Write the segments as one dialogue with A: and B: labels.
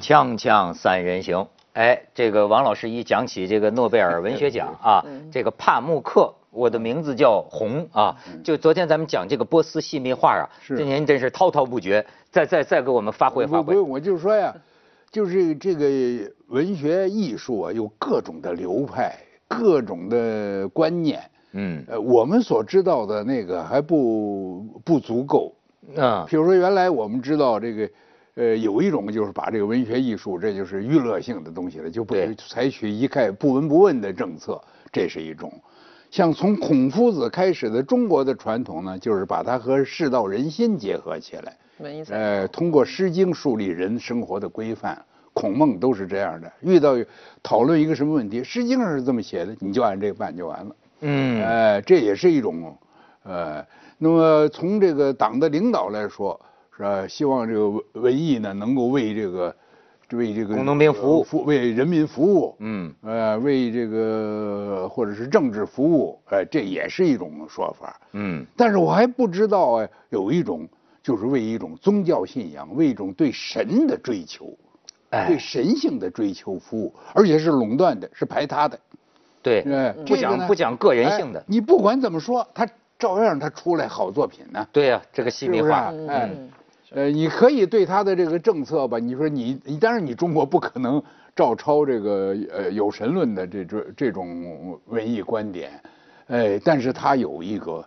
A: 锵锵三人行，哎，这个王老师一讲起这个诺贝尔文学
B: 嗯
A: 奖啊，这个帕慕克，我的名字叫红啊，就昨天咱们讲这个波斯细密画啊，
B: 嗯是
A: 这您真是滔滔不绝，再再再给我们发挥发
B: 不不
A: 挥
B: 是，。我就说呀，就是这个文学艺术啊，有各种的流派，各种的观念。
A: 嗯
B: 呃，我们所知道的那个还不不足够。
A: 嗯
B: 比如说，原来我们知道这个，呃，有一种就是把这个文学艺术，这就是娱乐性的东西了，就不
A: 对
B: 采取一概不闻不问的政策，这是一种。像从孔夫子开始的中国的传统呢，就是把它和世道人心结合起来。
C: 文艺赛。
B: 呃，通过《诗经》树立人生活的规范。孔孟都是这样的，遇到讨论一个什么问题，《诗经》上是这么写的，你就按这个办就完了。
A: 嗯
B: 呃，这也是一种，呃，那么从这个党的领导来说，是吧？希望这个文文艺呢能够为这个，为这个
A: 工农兵服务
B: 呃为人民服务，
A: 嗯，
B: 呃，为这个或者是政治服务，哎、这也是一种说法。
A: 嗯
B: 但是我还不知道哎，有一种就是为一种宗教信仰，为一种对神的追求，
A: 哎
B: 对神性的追求服务，而且是垄断的，是排他的，
A: 对
B: 哎，
A: 嗯不
B: 这个呢
A: 讲不讲个人性
B: 哎
A: 的，
B: 你不管怎么说，他照样他出来好作品呢、
A: 对呀，这个细
B: 是不
A: 密
B: 是啊
A: 画，？
C: 嗯
B: 哎，呃，你可以对他的这个政策吧，你说你，你当然你中国不可能照抄这个呃有神论的这种这种文艺观点，哎，但是他有一个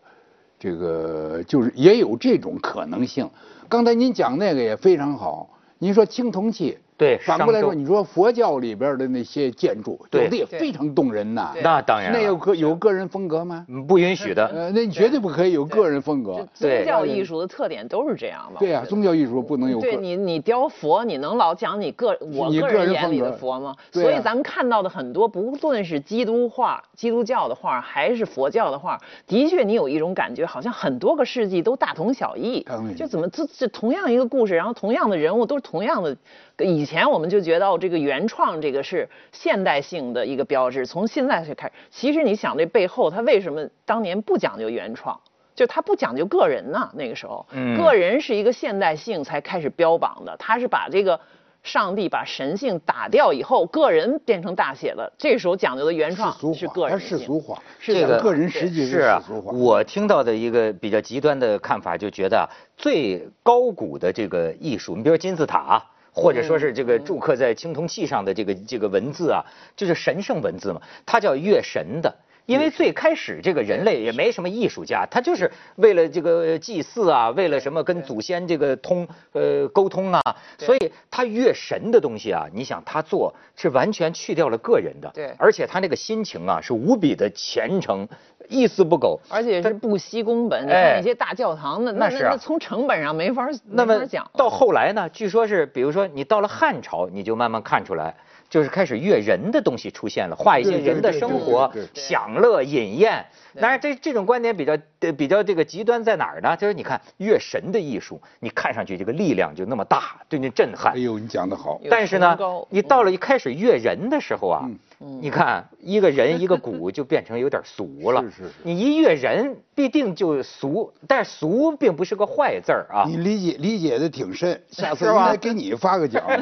B: 这个就是也有这种可能性。刚才您讲那个也非常好，您说青铜器，
A: 对
B: 反过来
A: 商
B: 说，
A: 周
B: 你说佛教里边的那些建筑，
A: 对
B: 有的也
C: 对
B: 非常动人呐，
C: 对
A: 那当然
B: 那有
A: 了，
B: 个有个人风格吗？
A: 嗯不允许的，
B: 呃，那你绝对不可以有个人风格
C: 这。
A: 对
C: 宗教艺术的特点都是这样嘛？
B: 对
C: 我
B: 呀，
C: 觉得
B: 宗教艺术不能有个
C: 对你，你雕佛，你能老讲你个我
B: 你
C: 个
B: 个人
C: 人眼里的
B: 风格
C: 佛吗？
B: 对啊
C: 所以
B: 呀
C: 咱们看到的很多，不论是基督画、基督教的画，还是佛教的画，的确你有一种感觉，好像很多个世纪都大同小异
A: 嗯
B: 当然。
C: 就怎么这这同样一个故事，然后同样的人物都是同样的。以前我们就觉得哦，这个原创这个是现代性的一个标志，从现在就开始。其实你想这背后，他为什么当年不讲究原创？就是他不讲究个人呐、那个时候，
A: 嗯
C: 个人是一个现代性才开始标榜的，他是把这个上帝把神性打掉以后，个人变成大写的。这时候讲究的原
B: 世
C: 创
B: 俗
C: 是
B: 化，
C: 个
B: 还
C: 人
B: 是世
C: 性，
B: 俗化，
C: 是
A: 这个
B: 个人实际
A: 是
B: 世
A: 啊
B: 俗，化。
A: 我听到的一个比较极端的看法，就觉得啊最高古的这个艺术，你比如金字塔，或者说是这个铸刻在青铜器上的这个这个文字啊，就是神圣文字嘛，它叫越神的。因为最开始这个人类也没什么艺术家，他就是为了这个祭祀啊，为了什么跟祖先这个通呃沟通啊，
C: 对
A: 所以他越神的东西啊，你想他做是完全去掉了个人的，
C: 对
A: 而且他那个心情啊是无比的虔诚，一丝不苟。
C: 而且是不惜工本。你看
A: 哎
C: 那些大教堂的，
A: 那是啊
C: 那从成本上没法
A: 那
C: 没
A: 么
C: 法讲。嗯
A: 到后来呢，据说是，比如说你到了汉朝，你就慢慢看出来，就是开始越人的东西出现了，画一些
B: 对对
A: 人的
B: 对
A: 生
B: 对
A: 活
B: 对对、
C: 对
A: 享乐、饮宴。
C: 对
A: 当然，这这种观点比较呃比较这个极端在哪儿呢？就是你看越神的艺术，你看上去这个力量就那么大，对你震撼
B: 哎。呦，你讲得好，
C: 有
A: 但是呢
C: 崇高，
A: 你到了一开始越人的时候啊
B: 嗯，
A: 你看一个人一个鼓就变成有点俗了。
B: 是是是
A: 你一越人必定就俗，但是俗并不是个坏字儿啊。
B: 你理解理解的挺深，下次
A: 是
B: 应
A: 吧
B: 该给你发个 奖。
A: 哎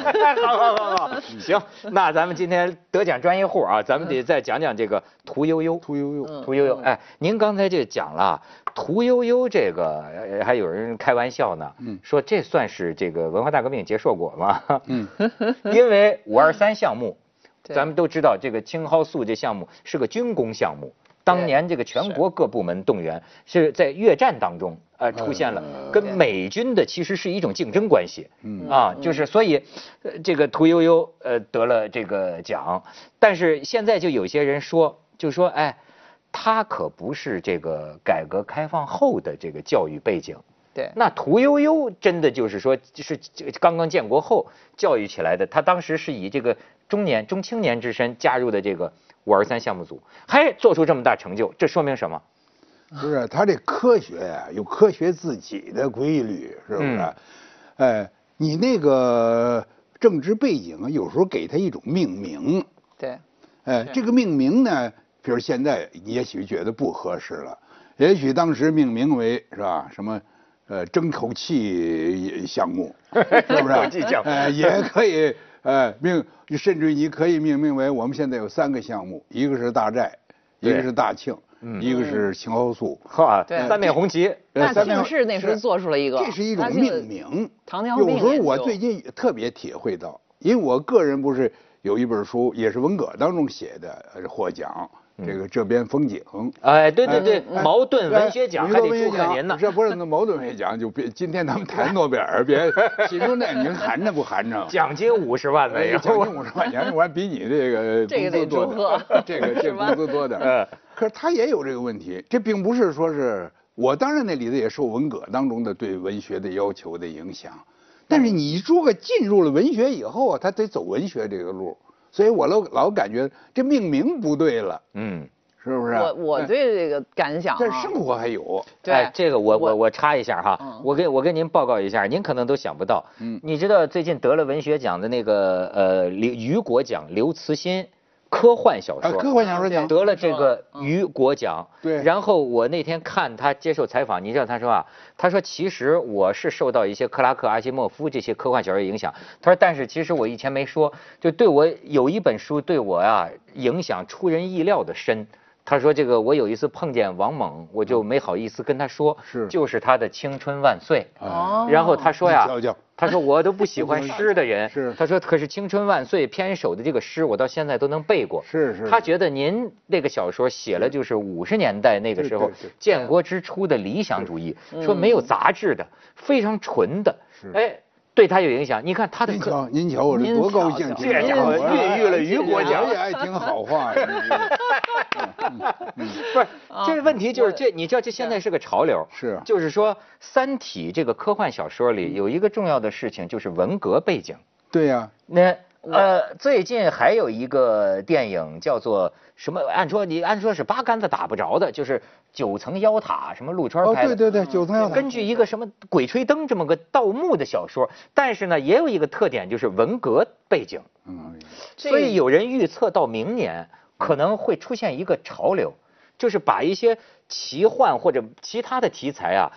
A: 好好好好， 行，那咱们今天得奖专业户啊，咱们得再讲讲这个屠呦呦。
B: 屠呦呦，
A: 屠呦呦，哎，您刚才就讲了啊屠呦呦这个，呃还有人开玩笑呢，说这算是这个文化大革命结硕果吗？
B: 嗯，
A: 因为五二三项目，
C: 对
A: 咱们都知道这个青蒿素这项目是个军工项目，当年这个全国各部门动员是在越战当中呃出现了跟美军的其实是一种竞争关系，
B: 嗯
A: 啊，就是所以呃这个屠呦呦呃得了这个奖，但是现在就有些人说就说哎。他可不是这个改革开放后的这个教育背景，
C: 对
A: 那屠呦呦真的就是说，就是刚刚建国后教育起来的，他当时是以这个中年中青年之身加入的这个五二三项目组，还做出这么大成就，这说明什么？
B: 不是，他这科学呀、有科学自己的规律，是不是？
A: 嗯
B: 哎，你那个政治背景啊，有时候给他一种命名。
C: 对
B: 哎，这个命名呢，比如现在你也许觉得不合适了，也许当时命名为是吧什么，呃，争口气项目，是不
A: 口
B: 是？
A: 气项目
B: 呃 哎，也可以哎，命甚至你可以命名为我们现在有三个项目，一个是大寨，一个
A: 对嗯
B: 是大庆，一个是青蒿素。
A: 哈，
C: 对
A: 啊三面红旗，
B: 呃
C: 嗯大
B: 三面
C: 庆市那时候
B: 是
C: 做出了一个，
B: 这是一种
C: 大庆的
B: 命名。
C: 糖尿病
B: 有时候
C: 研
B: 我
C: 究
B: 最近也特别体会到，因为我个人不是有一本书，也是文革当中写的，呃获奖
A: 嗯
B: 这个这边风景。
A: 哎，对对对，
B: 哎
A: 茅盾嗯文学奖
B: 哎
A: 还得
B: 文学
A: 祝贺
B: 奖
A: 您呢。
B: 这不是那茅盾文学奖，就别今天咱们谈诺贝尔， 别起初那您含着不含着？
A: 奖金五十 万呢，
B: 哎，
A: 以
B: 奖
A: 后
B: 金五十块钱， 我还比你这个
C: 这
B: 工资
C: 个得
B: 多
C: 祝
B: 点
C: 贺
B: 儿 这个
C: 是
B: 这
C: 吧
B: 工资多点儿。
A: 嗯
B: 可是他也有这个问题，这并不是说是我，当然那里头也受文革当中的对文学的要求的影响，但是你如果进入了文学以后啊，他得走文学这个路，所以我老老感觉这命名不对了，
A: 嗯。
B: 是不是？
C: 我我
B: 哎，
C: 对这个感想、啊，
B: 但是生活还有，
C: 对、
A: 哎，这个我我
C: 我
A: 我插一下哈，
C: 嗯
A: 我跟我跟您报告一下，您可能都想不到，
B: 嗯
A: 你知道最近得了文学奖的那个呃刘雨果奖刘慈欣科幻小
B: 啊，
A: 说，
B: 科幻小说啊嗯奖，
A: 得了这
C: 说
A: 个
C: 了
A: 雨果奖。
B: 对
A: 然后我那天看他接受采访，你知道他说啊，他说其实我是受到一些克拉克、阿西莫夫这些科幻小说影响。他说，但是其实我以前没说，就对我有一本书对我啊影响出人意料的深。他说这个我有一次碰见王蒙，我就没好意思跟他说，
B: 嗯是
A: 就是他的《青春万岁》。
C: 哦，
B: 哎
A: 然后他说呀
B: 你瞧瞧，
A: 他说我都不喜 欢诗的人，
B: 是
A: 他说可是《青春万岁》偏首的这个诗，我到现在都能背过。
B: 是是
A: 他觉得您那个小说写了就是五十年代那个时候
B: 嗯对对对
A: 建国之初的理想主义，说没有杂质的，非常纯的，
B: 嗯是啊
A: 哎，对他有影响。你看他的
B: 您
A: 歌，
B: 瞧，您瞧，我这多高兴！
C: 您瞧瞧
B: 听着
A: 这家伙
B: 我还
A: 孕育了雨果奖
B: 我也爱听好 话呀。你这个
A: 不是这个问题就是这，你知道这现在是个潮流，
B: 是嗯
A: 就是说《三体》这个科幻小说里有一个重要的事情就是文革背景。
B: 对呀、
A: 那呃，最近还有一个电影叫做什么？按说你按说是八竿子打不着的，就是九层妖塔，什么陆川
B: 哦，
A: 拍的。
B: 对对
C: 嗯
B: 对，九层妖塔。
A: 根据一个什么《鬼吹灯》这么个盗墓的小说，但是呢，也有一个特点，就是文革背景，
B: 嗯，
C: 这
A: 所以有人预测到明年可能会出现一个潮流，就是把一些奇幻或者其他的题材啊，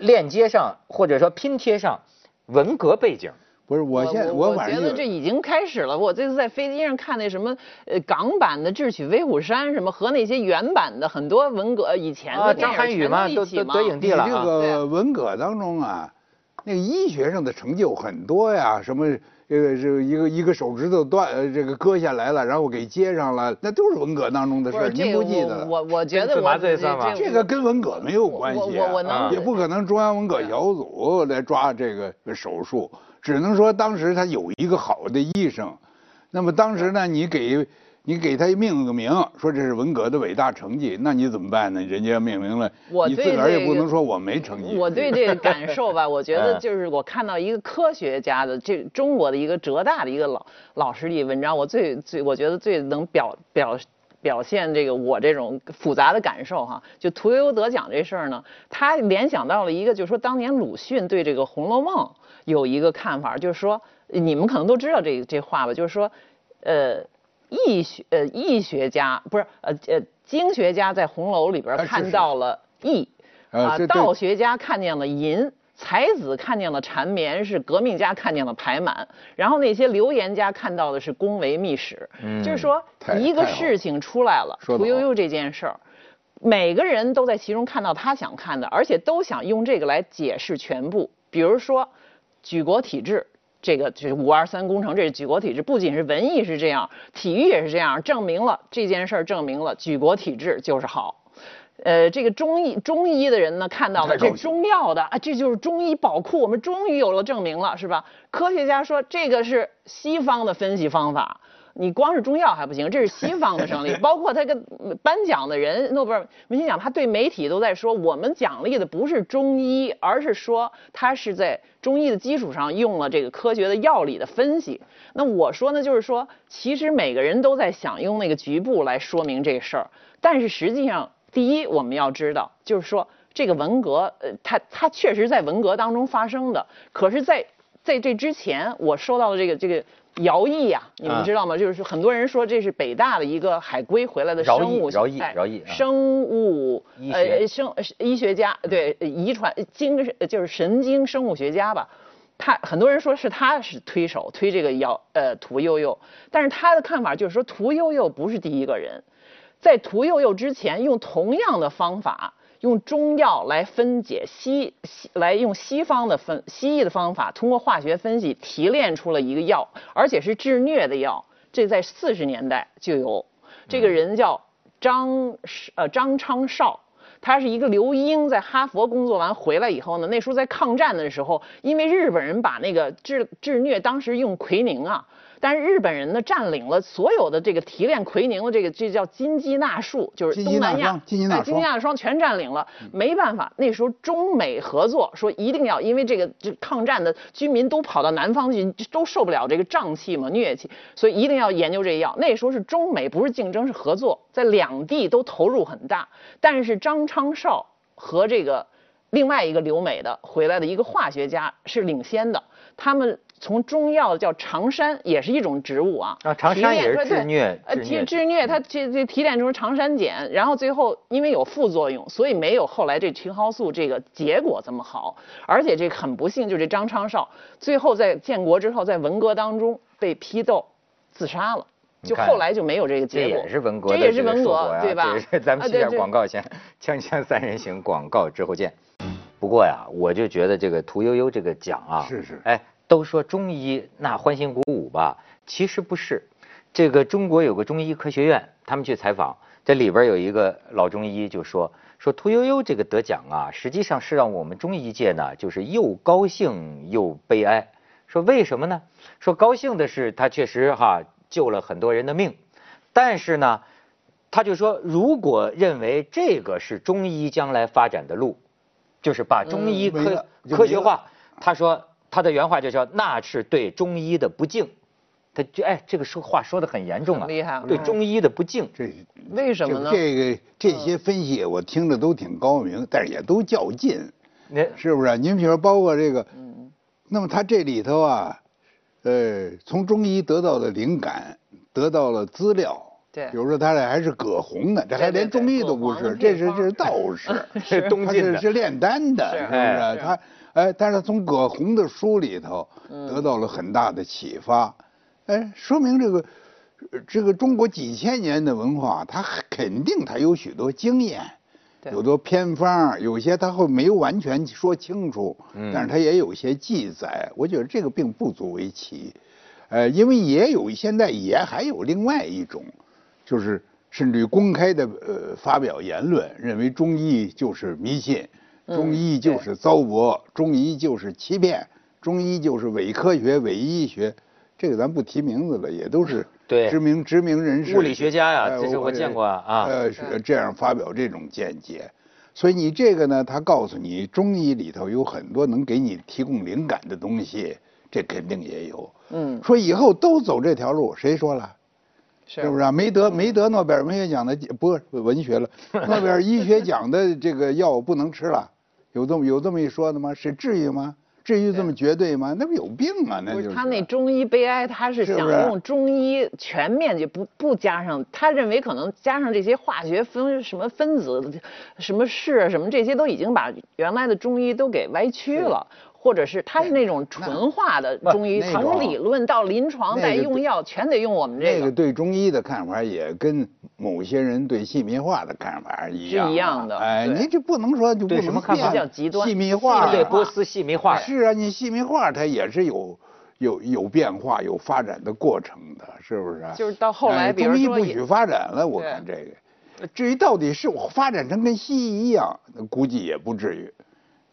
A: 链接上或者说拼贴上文革背景。
B: 不是，我现
C: 我
B: 晚
C: 觉
B: 上
C: 得
B: 就
C: 这已经开始了。我这次在飞机上看那什么，呃，港版的《智取威虎山》什么和那些原版的很多文革呃以前
A: 啊
C: 的电
A: 张涵
C: 影
A: 予
C: 全
A: 嘛
C: 一
A: 都
C: 起
A: 都
C: 嘛
A: 得影帝
B: 你
A: 了
B: 这
A: 啊
B: 个文革当中啊，那个医学上的成就很多呀，什么这个这个一个一个手指头断，呃这个割下来了，然后给接上了，那都是文革当中的事
C: 不
B: 儿，
C: 是
B: 您
C: 这
B: 不
C: 个
B: 记得
C: 我
B: 了？
C: 我我觉
A: 这
C: 得
A: 麻
C: 我
A: 醉算吗
B: 这个跟文革没有关系、啊，
C: 我我我能
A: 啊
B: 也不可能中央文
C: 啊
B: 革小组来抓这个手术，只能说当时他有一个好的医生，那么当时呢，你给你给他命个名，说这是文革的伟大成绩，那你怎么办呢？人家命名了，
C: 我
B: 你自
C: 对
B: 个儿
C: 这
B: 也不
C: 个
B: 能说我没成绩。
C: 我对这个感受吧，我觉
A: 嗯
C: 得就是我看到一个科学家的这中国的一个浙大的一个老老师的文章，我最最我觉得最能表表。表现这个我这种复杂的感受哈，就屠呦呦得奖这事儿呢，他联想到了一个，就是说当年鲁迅对这个《红楼梦》有一个看法，就是说你们可能都知道这这话吧，就是说，呃，易学呃易学家不是呃呃经学家在红楼里边
B: 哎是
C: 看
B: 是
C: 到了易，
B: 呃
C: 啊
B: 这，对
C: 道学家看见了银，才子看见了缠绵，是革命家看见了排满，然后那些流言家看到的是宫闱秘史。
A: 嗯
C: 就是说
B: 太，
C: 一个
B: 太好
C: 事情出来了，
B: 说得
C: 屠呦呦这件事儿，每个人都在其中看到他想看的，而且都想用这个来解释全部。比如说，举国体制。这个这五二三工程，这是举国体制，不仅是文艺是这样，体育也是这样，证明了这件事儿，证明了举国体制就是好。呃，这个中医中医的人呢，看到了
B: 太高
C: 这
B: 兴
C: 中药的啊，这就是中医宝库，我们终于有了证明了，是吧？科学家说这个是西方的分析方法，你光是中药还不行，这是西方的胜利。包括他跟颁奖的人诺贝尔文学奖，他对媒体都在说，我们奖励的不是中医，而是说他是在中医的基础上用了这个科学的药理的分析。那我说呢，就是说，其实每个人都在想用那个局部来说明这事儿，但是实际上，第一我们要知道，就是说这个文革，呃，它它确实在文革当中发生的，可是在，在这之前，我收到的这个这个。徭役呀、你
A: 啊
C: 们知道吗？就是很多人说这是北大的一个海归回来的
A: 饶
C: 生
A: 役
C: 物
A: 饶役
C: 哎
A: 饶役啊
C: 生物
A: 医学嗯
C: 呃生医学家对遗传经就是神经生物学家吧，他很多人说是他是推手推这个姚呃屠呦呦，但是他的看法就是说屠呦呦不是第一个人，在屠呦呦之前用同样的方法，用中药来分解西西来用西方的分西医的方法，通过化学分析提炼出了一个药，而且是治疟的药，这在四十年代就有，这
B: 嗯
C: 个人叫张呃张昌绍。他是一个留英，在哈佛工作完回来以后呢，那时候在抗战的时候，因为日本人把那个治治疟，当时用奎宁啊，但是日本人呢占领了所有的这个提炼奎宁的这个这叫金鸡纳树，就是东南亚
B: 金鸡纳
C: 哎金鸡纳霜全占领了，
A: 嗯
C: 没办法，那时候中美合作说一定要，因为这个这抗战的居民都跑到南方去，都受不了这个瘴气嘛疟气，所以一定要研究这个药。那时候是中美不是竞争是合作，在两地都投入很大，但是张昌绍和这个另外一个留美的回来的一个化学家是领先的，他们从中药叫常山，也是一种植物啊，
A: 啊，长山也是治
C: 提
A: 疟
C: 呃，，提
A: 治
C: 治疟，它这这提炼出常山碱，然后最后因为有副作用，所以没有后来这青蒿素这个结果这么好。而且这个很不幸，就这张昌绍最后在建国之后，在文革当中被批斗，自杀了。
A: 你
C: 就
A: 看
C: 后来就没有这个
A: 这
C: 结果。
A: 也是文革
C: 这
A: 的
C: 也是
A: 个
C: 文
A: 硕
C: 革
A: 果呀
C: 对吧
A: 这是咱们
C: 啊
A: 去
C: 对
A: 下
C: 对
A: 广告先，锵锵三人行广告之后见。不过呀，我就觉得这个屠呦呦这个奖啊，
B: 是是
A: 哎，都说中医那欢欣鼓舞吧，其实不是。这个中国有个中医科学院，他们去采访，这里边有一个老中医就说说屠呦呦这个得奖啊，实际上是让我们中医界呢，就是又高兴又悲哀。说为什么呢？说高兴的是他确实哈、救了很多人的命，但是呢，他就说如果认为这个是中医将来发展的路，就是把中医
B: 嗯没
A: 科
B: 了、就
A: 科
B: 没
A: 学
B: 了
A: 化，他说他的原话就说那是对中医的不敬。他就哎，这个说话说的很严重啊，
C: 很厉害
A: 对
C: 嗯
A: 中医的不敬。
B: 这
C: 为什么呢嗯
B: 就？这个这些分析我听着都挺高明，但是也都较劲，
A: 那
B: 是不是？啊您比如包括这个，
C: 嗯
B: 那么他这里头啊，呃，从中医得到的灵感，得到了资料。
C: 对
B: 比如说他这还是葛洪的，这
C: 对
B: 还
C: 对
B: 连
C: 对
B: 中医
C: 葛
B: 都不
C: 洪的
B: 是，
C: 配
B: 这是
C: 方
B: 这是道 士，
A: 是东
B: 他
A: 晋
B: 是
A: 的
B: 是炼丹的，
C: 是
B: 是不
A: 哎
B: 是？他哎，但是从葛洪的书里头得到了很大的启发，哎，说明这个呃这个中国几千年的文化，它肯定它有许多经验。
C: 对
B: 有多偏方，有些他会没有完全说清楚，
A: 嗯
B: 但是他也有些记载，我觉得这个并不足为奇，呃，因为也有现在也还有另外一种，就是甚至于公开的呃发表言论，认为中医就是迷信，
A: 嗯
B: 中医就是糟粕，中医就是欺骗，中医就是伪科学、伪医学，这个咱不提名字了，也都是
A: 对
B: 知名知名人士，
A: 物理学家呀
B: 哎
A: 这是我见过啊啊
B: 呃，是这样发表这种见解。所以你这个呢，他告诉你，中医里头有很多能给你提供灵感的东西，这肯定也有。
C: 嗯，
B: 说以后都走这条路，谁说了？
C: 是
B: 不是啊？没
C: 嗯
B: 得没得诺贝尔文学奖的不是文学 了，诺贝尔医学奖的这个药不能吃了，有这么有这么一说的吗？是至于吗？至于这么绝对吗？那不有病啊！那
C: 不
B: 就是是
C: 他那中医悲哀，他是
B: 是
C: 想
B: 不是
C: 用中医全面就不不加上，他认为可能加上这些化学分什么分子、什么式啊什么这些都已经把原来的中医都给歪曲了，或者是他是那种纯化的中医，
B: 那
C: 从
B: 种
C: 理论到临床
B: 那
C: 再
B: 个
C: 用药全得用我们这
B: 那个
C: 个。
B: 对中医的看法也跟某些人对细密画的看法一样啊，
C: 是一样的
B: 哎，
C: 对
B: 你这不能说就不
A: 对
B: 能
A: 什么看法
B: 变
C: 比较极端
B: 细密
C: 啊
B: 画
A: 他对
C: 不
A: 波斯戏迷画
B: 是啊，你细密画它也是有有有变化、有发展的过程的，是不是啊？
C: 就是到后来
B: 哎
C: 比如
B: 中医
C: 说
B: 不
C: 也
B: 许发展了，我
C: 对
B: 看这个。至于到底是我发展成跟西医一样，那估计也不至于，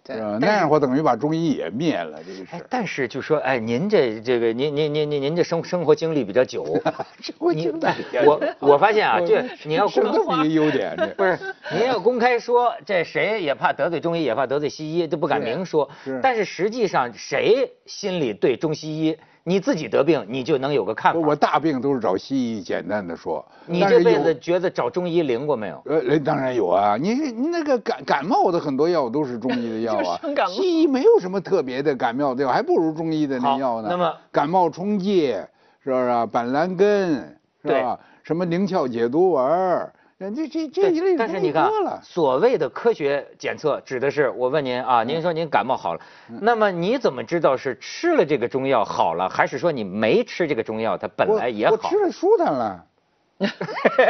C: 对
B: 是吧？那样的话等于把中医也灭了，这个
A: 哎
B: 事。，
A: 但是就说，哎，您这这个，您您您您您这生生活经历比较久，
B: 生活
A: 你
B: 经历
A: 哎
B: 比较久
A: 我我发现啊，这你要
B: 什
A: 公
B: 么是一优点？这
A: 不是您要公开说，这谁也怕得罪中医，也怕得罪西医，都不敢
B: 对
A: 明说
B: 是。
A: 但是实际上，谁心里对中西医，你自己得病，你就能有个看
B: 我
A: 法
B: 我。大病都是找西医，简单的说。
A: 你
B: 但
A: 这
B: 是
A: 辈
B: 有
A: 子觉得找中医灵过没有？
B: 呃，人当然有啊，你你那个感感冒的很多药都是中医的药啊
C: 就生感，冒
B: 西医没有什么特别的感冒的药，还不如中医的那
A: 好
B: 药呢。
A: 那么
B: 感冒冲剂是不是啊？板蓝根是吧？什么灵窍解毒丸儿，人家这这一
A: 对，
B: 类
A: 但是你
B: 太
A: 看
B: 多了，，
A: 所谓的科学检测指的是，我问您啊，
B: 嗯
A: 您说您感冒好了，那么你怎么知道是吃了这个中药好了，还是说你没吃这个中药它本
B: 我
A: 来也
B: 我
A: 好
B: 吃？了舒坦了，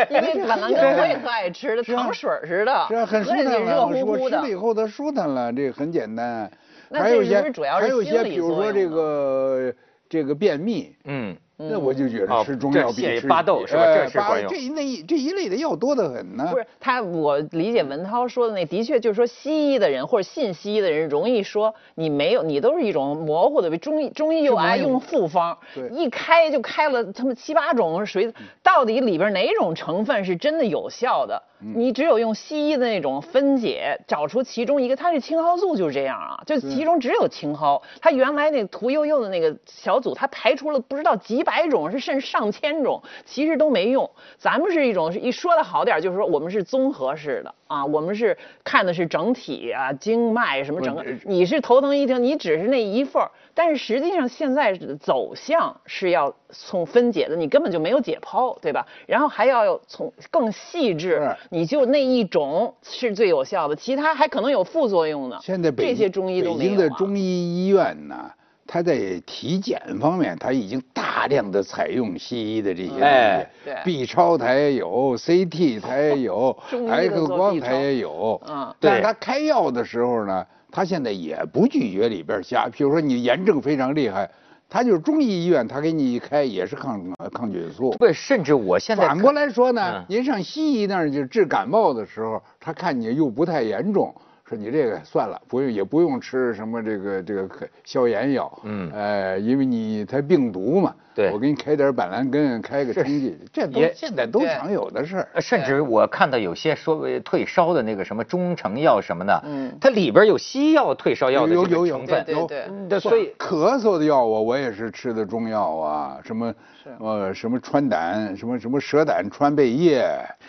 C: 因为板蓝根我也特爱吃的，糖水儿似的，
B: 这啊很舒
C: 啊喝
B: 坦
C: 进
B: 了。
C: 去热
B: 我吃
C: 乎
B: 我
C: 乎
B: 吃
C: 的
B: 了。以后它舒坦了，这个很简单。
C: 那
B: 还有
C: 这
B: 一
C: 是
B: 些
C: 不是主要是
B: 还有一
C: 心
B: 些，
C: 理
B: 比如说
C: 作用
B: 这
C: 呢
B: 个这个便秘，
A: 嗯，
B: 那我就觉
A: 哦
B: 得吃中
A: 这
B: 药
A: 泻
B: 比吃
A: 巴豆是吧
B: 哎
A: 这是
B: 巴
A: 管用
B: 这一类这一类的药多得很呢。
C: 不是他，我理解文涛说的那，的确就是说西医的人或者信西医的人容易说你没有，你都是一种模糊的，中医中医又爱用复方
B: 对，
C: 一开就开了他们七八种水，到底里边哪种成分是真的有效的？你只有用西医的那种分解，找出其中一个，它是青蒿素就是这样啊，就其中只有青蒿，它原来那屠呦呦的那个小组，它排除了不知道几百种，是甚至上千种，其实都没用。咱们是一种是一说的好点儿，就是说我们是综合式的啊，我们是看的是整体啊，经脉什么整个
B: 不是。
C: 你是头疼医疼，你只是那一份儿，但是实际上现在走向是要从分解的，你根本就没有解剖，对吧？然后还要有从更细致
B: 是，
C: 你就那一种是最有效的，其他还可能有副作用呢。
B: 现在北
C: 这些中医都
B: 北
C: 没有、啊。
B: 京的中医医院呢，它在体检方面，它已经大量的采用西医的这些东西，
A: 哎
C: 对
B: B 超台也有，CT 台也有
C: 中医的做
B: ，X 光
C: B
B: 台也有，
C: 嗯
B: 但是
A: 对
B: 他开药的时候呢，他现在也不拒绝里边下，比如说你炎症非常厉害，他就是中医医院，他给你一开也是抗呃抗菌素，
A: 不，甚至我现在
B: 反过
A: 看
B: 来说呢，
A: 嗯
B: 您上西医那儿去治感冒的时候，他看你又不太严重，说你这个算了，不用也不用吃什么这个这个可消炎药，
A: 嗯
B: 呃，因为你它病毒嘛，
A: 对
B: 我给你开点板蓝根，开个冲剂，这都
A: 也
B: 现在都
C: 对
B: 常有的事儿。
A: 呃甚至我看到有些说呃退烧的那个什么中成药什么的，
C: 嗯
A: 它里边有西药退烧药的这
B: 有
A: 个
B: 有有
A: 成分，
C: 对
B: 有，
C: 对
A: 对所以
B: 咳嗽的药啊，我也是吃的中药啊，什么呃什么川胆，什么什么蛇胆川贝叶，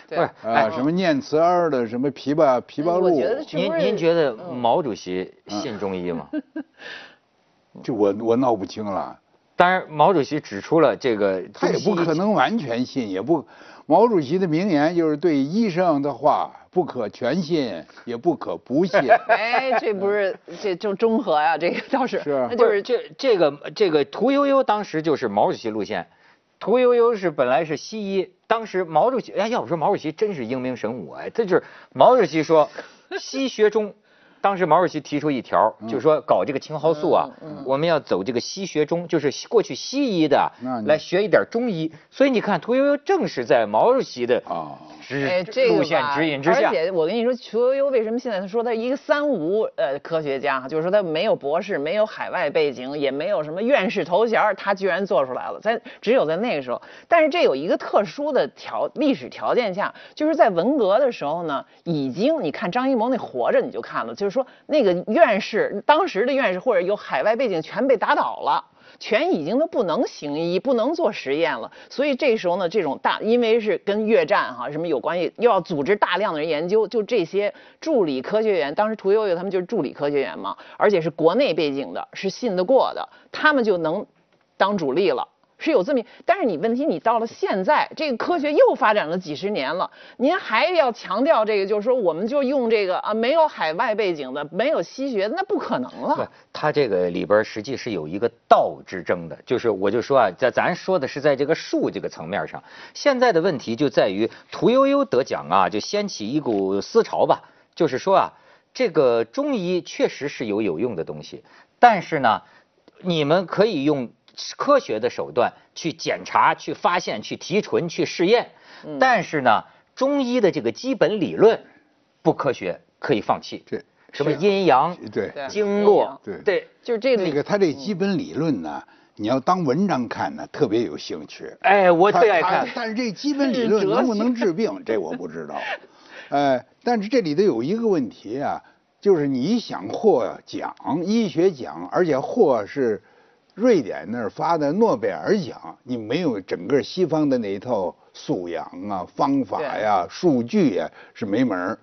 C: 对
A: 不是
B: 啊、
A: 哎
B: 什么念慈儿的，什么枇杷枇杷
C: 哎我
B: 露，
C: 觉得是
A: 您
C: 不是
A: 您觉得
B: 嗯
A: 毛主席信中医吗？
B: 这我我闹不清了。
A: 当然，毛主席指出了这个
B: 他也
A: 中西
B: 不可能完全信，也不，毛主席的名言就是对医生的话不可全信，也不可不信。
C: 哎，这不是这就中和呀、这个倒是，
B: 是
A: 不
C: 那就是是
A: 这这个这个屠呦呦当时就是毛主席路线，屠呦呦是本来是西医，当时毛主席哎要不说毛主席真是英明神武哎，这就是毛主席 说西学中，当时毛主席提出一条，
C: 嗯
A: 就说搞这个青蒿素啊，我们要走这个西学中，就是西过去西医的
B: 那你
A: 来学一点中医，所以你看屠呦呦正是在毛主席的
B: 哦
A: 指、
C: 哎，这个
A: 路线
C: 吧
A: 指引之下
C: 而，且我跟你说，屠呦呦为什么现在他说他一个三无呃科学家，就是说他没有博士，没有海外背景，也没有什么院士头衔儿，他居然做出来了，在只有在那个时候。但是这有一个特殊的条历史条件下，就是在文革的时候呢，已经你看张艺谋那活着你就看了，就是说那个院士当时的院士或者有海外背景全被打倒了。全已经都不能行医，不能做实验了。所以这时候呢，这种大因为是跟越战哈、什么有关系，又要组织大量的人研究，就这些助理科学员，当时屠呦呦他们就是助理科学员嘛，而且是国内背景的，是信得过的，他们就能当主力了。是有这么一，但是你问题，你到了现在，这个科学又发展了几十年了，您还要强调这个，就是说我们就用这个啊，没有海外背景的，没有西学的，那不可能
A: 不
C: 了。，
A: 它这个里边儿实际是有一个道之争的，就是我就说啊，咱咱说的是在这个术这个层面上，现在的问题就在于屠呦呦得奖啊，就掀起一股思潮吧，就是说啊，这个中医确实是有有用的东西，但是呢，你们可以用科学的手段去检查、去发现、去提纯、去试验，但是呢，中医的这个基本理论不科学，可以放弃。
B: 这
A: 什么阴阳？
B: 对
C: 对
A: 经络，
B: 对
A: 对，
C: 就是这
B: 那个他这基本理论呢，你要当文章看呢，特别有兴趣。
A: 哎，我
B: 他
A: 最爱
B: 他
A: 看，
B: 但是这基本
C: 是
B: 理论
C: 哲
B: 能不
C: 学
B: 能治病，这我不知道。呃，但是这里头有一个问题啊，就是你想获奖，医学奖，而且获是瑞典那儿发的诺贝尔奖，你没有整个西方的那一套素养啊、方法呀、数据呀、是没门儿。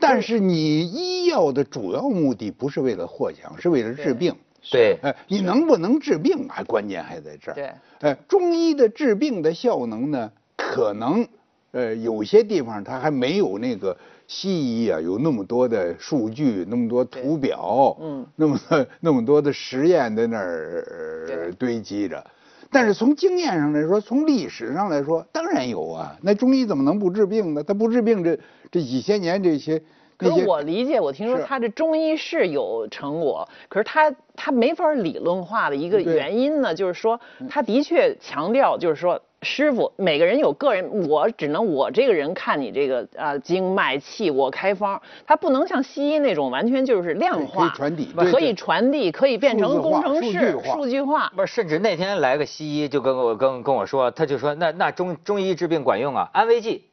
B: 但是你医药的主要目的不是为了获奖，是为了治
C: 对
B: 病。
A: 对，
B: 哎，你能不能治病啊还关键还在这儿。
C: 对，
B: 哎，中医的治病的效能呢，可能呃，有些地方它还没有那个西医啊，有那么多的数据，那么多图表，
C: 嗯，
B: 那么多那么多的实验在那儿、呃
C: 对
B: 堆积着。但是从经验上来说，从历史上来说，当然有啊。那中医怎么能不治病呢？他不治病这，这几千年这些
C: 可
B: 那些
C: 是我理解，我听说
B: 是
C: 他这中医是有成果，可是他他没法理论化的一个
B: 对嗯
C: 原因呢，就是说他的确强调，就是说师傅每个人有个人，我只能我这个人看你这个啊、经脉气，我开方，他不能像西医那种完全就是量化，
B: 可以传递对
C: 可以
B: 对
C: 传递，可以变
B: 数字
C: 成工
B: 化
C: 程
B: 数
C: 式
B: 据化
C: 数 据化，
A: 不是，甚至那天来个西医就跟我跟跟我说，他就说那那中中医治病管用啊，安慰剂。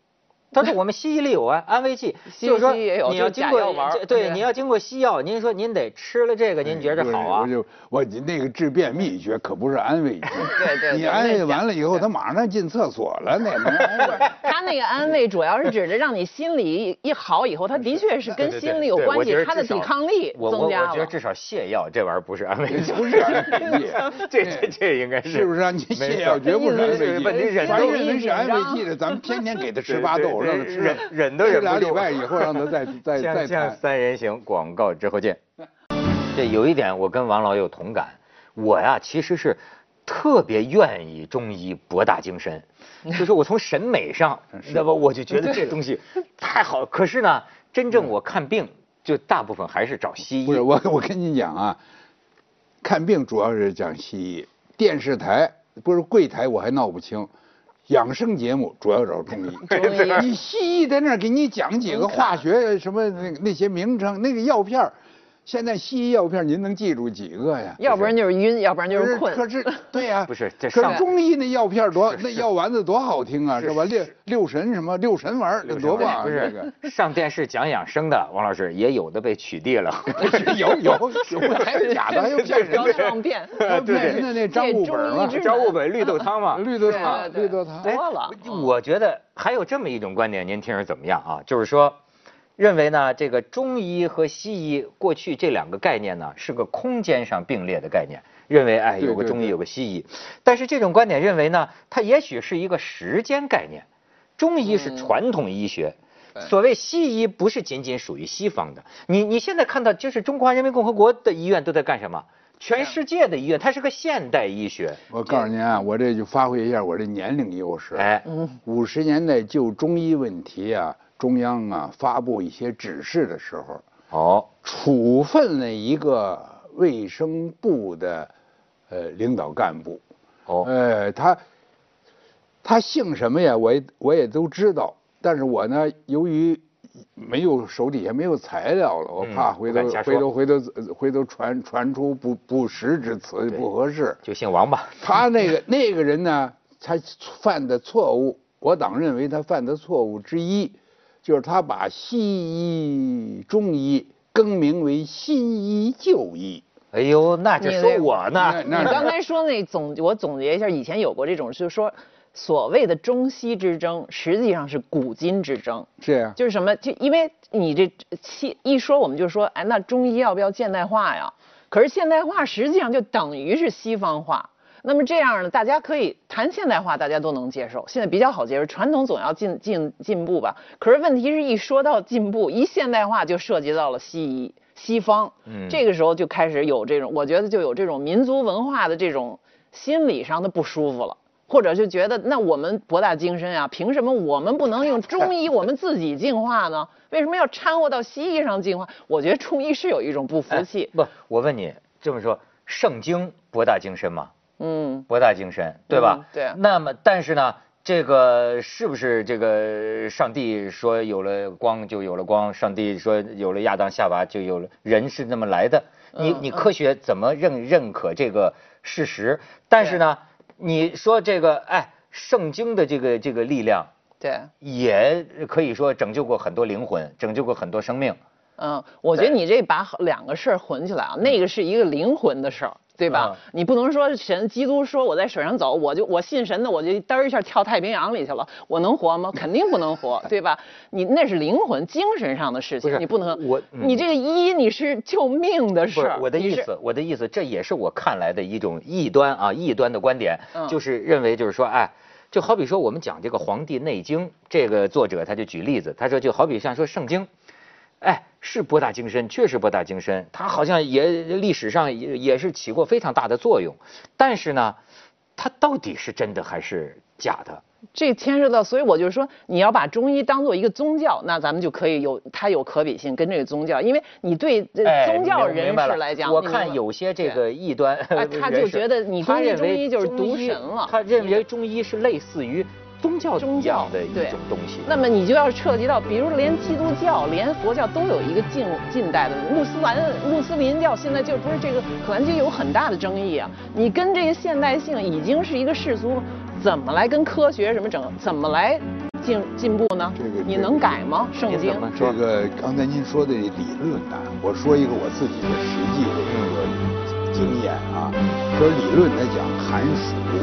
A: 他说我们西医里有啊，安慰剂，
C: 西
A: 就是说
C: 西医也有
A: 你要
C: 就是
A: 经
C: 假
A: 过
C: 药丸儿
A: 这对，
C: 对
A: 你要经过西药，您说您得吃了这个，您觉着好啊
B: 我？就我就那个治便秘学可不是安 慰剂，
C: 对对
B: 你
C: 对
B: 安
C: 那
B: 慰
C: 讲
B: 完了以后，他马上进厕所了，那能安慰？
C: 他那个安慰主要是指着让你心里一好以后，他的确是跟
A: 对对
C: 心理有
A: 对
C: 关
A: 我觉
C: 系
A: 得，
C: 他的
A: 至少
C: 抵抗力
A: 我我
C: 增
A: 我
C: 加
A: 觉得
C: 了。
A: 至少泻药这玩意儿不是安慰剂，
B: 不是安慰剂
A: 这 这这应该是
B: 是不是啊？你泻药绝不是安慰剂，
A: 不你忍
B: 咱
A: 都
C: 忍
B: 认为是安慰剂的，咱们天天给他吃巴豆，
A: 对对
B: 让他吃
A: 忍忍都忍
B: 吃
A: 不
B: 俩
A: 住
B: 礼拜以后，让他 再再再
A: 像像
B: 谈。
A: 三人行广告之后见。这有一点我跟王老有同感，我呀其实是特别愿意中医博大精深，就是我从审美上，那么我就觉得这东西太好了。可是呢，真正我看病就大部分还是找西
B: 不是
A: 医。
B: 我，我跟你讲啊，看病主要是讲西医，电视台不是柜台我还闹不清，养生节目主要找中医。
C: 中医
B: 你西医在那儿给你讲几个化学什么那个那些名称，那个药片儿现在西医药片儿您能记住几个呀？
C: 要不然就是晕，要不然就
B: 可
C: 是困。
B: 可 是，对呀、
A: 不是这
B: 可
A: 上
B: 是中医那药片儿多，那药丸子多好听啊，
A: 是
B: 是吧？六六神什么六神丸儿，那多棒啊！
A: 不
B: 这
A: 是
B: 个
A: 上电视讲养生的，王老师也有的被取缔了。
B: 不是有有有，还有假的，还有 骗人
C: 然后
B: 的，
C: 上变，
B: 还有骗人的那张物本儿
C: 这中医
B: 嘛，
A: 找我本绿豆汤嘛，
B: 啊绿豆
C: 对
B: 汤，
C: 对对
B: 绿豆汤。
C: 多了
A: 哎。我觉得还有这么一种观点，您听着怎么样啊？就是说，认为呢，这个中医和西医过去这两个概念呢，是个空间上并列的概念，认为哎
B: 对
A: 有个
B: 对
A: 中医
B: 对
A: 有个西医，但是这种观点认为呢，它也许是一个时间概念，中医是传统医学。所谓西医不是仅仅属于西方的，你你现在看到就是中华人民共和国的医院都在干什么？全世界的医院，它是个现代医学。
B: 我告诉您啊，我这就发挥一下我这年龄优势。
A: 哎，
B: 五十年代就中医问题啊，中央啊发布一些指示的时候，
A: 哦，
B: 处分了一个卫生部的呃领导干部，
A: 哦，
B: 呃，他他姓什么呀？我也我也都知道，但是我呢，由于没有手底下没有材料了，我
A: 嗯
B: 怕回
A: 不
B: 头、
A: 敢瞎
B: 回
A: 说
B: 头回头回头传传出不不实之词不合适。
A: 就姓王吧。
B: 他那 个那个人呢，他犯的错误，我党认为他犯的错误之一，就是他把西医、中医更名为新医旧医。
A: 哎呦，那就
C: 你
A: 说
C: 那
A: 我呢，
B: 那
C: 你刚才说那总，我总结一下，以前有过这种，就是说所谓的中西之争，实际上是古今之争。
B: 这样，
C: 就是什么？就因为你这西一说，我们就说，哎，那中医要不要现代化呀？可是现代化实际上就等于是西方化。那么这样呢，大家可以谈现代化，大家都能接受，现在比较好接受。传统总要进进进步吧。可是问题是一说到进步，一现代化就涉及到了西医西方，
A: 嗯
C: 这个时候就开始有这种，我觉得就有这种民族文化的这种心理上的不舒服了。或者就觉得那我们博大精深啊，凭什么我们不能用中医我们自己进化呢？为什么要掺和到西医上进化？我觉得中医是有一种不
A: 哎
C: 服气。
A: 不，我问你，这么说，圣经博大精深吗？
C: 嗯，
A: 博大精深，对吧？
C: 嗯对
A: 那么，但是呢，这个是不是这个上帝说有了光就有了光，上帝说有了亚当夏娃就有了人是那么来的？你
C: 嗯
A: 你
C: 嗯
A: 科学怎么认认可这个事实？但是呢，你说这个哎，圣经的这个这个力量。
C: 对，
A: 也可以说拯救过很多灵魂，拯救过很多生命。
C: 嗯，我觉得你这把好两个事儿混起来啊，
A: 嗯
C: 那个是一个灵魂的事儿。对吧？你不能说神基督说我在水上走，我就我信神的，我就嘚儿一下跳太平洋里去了，我能活吗？肯定不能活，对吧？你那是灵魂、精神上的事
A: 不是
C: 情，你不能。
A: 我嗯
C: 你这个医你是救命的
A: 不
C: 事
A: 是
C: 儿，
A: 我的
C: 你
A: 意
C: 是
A: 思，我的意思，这也是我看来的一种异端啊，异端的观点，
C: 嗯
A: 就是认为就是说，哎，就好比说我们讲这个《黄帝内经》，这个作者他就举例子，他说就好比像说圣经，哎，是博大精深，确实博大精深，它好像也历史上也也是起过非常大的作用，但是呢，它到底是真的还是假的？
C: 这牵涉到，所以我就说，你要把中医当做一个宗教，那咱们就可以有它有可比性，跟这个宗教，因为你对呃
A: 哎
C: 宗教
A: 明
C: 人
A: 明白
C: 士
A: 了
C: 来讲，
A: 我
C: 你明白
A: 看有些这个异端，
C: 啊他就
A: 人士
C: 觉得你
A: 他
C: 攻击
A: 认为
C: 中医就是
A: 中
C: 渎
A: 医
C: 神了
A: 他认为中医是类似于宗教一
C: 宗
A: 样
C: 教
A: 的一
C: 对
A: 种东西。
C: 那么你就要涉及到，比如连基督教、连佛教都有一个近近代的穆斯兰穆斯林教，现在就不是这个可兰经有很大的争议啊。你跟这个现代性已经是一个世俗，怎么来跟科学什么整，怎么来进进步呢？
B: 这个
C: 你能改吗？圣
A: 您
C: 经
A: 怎么
B: 这个刚才您说的理论呐、我说一个我自己的实际的一个经验啊，说理论来讲寒暑。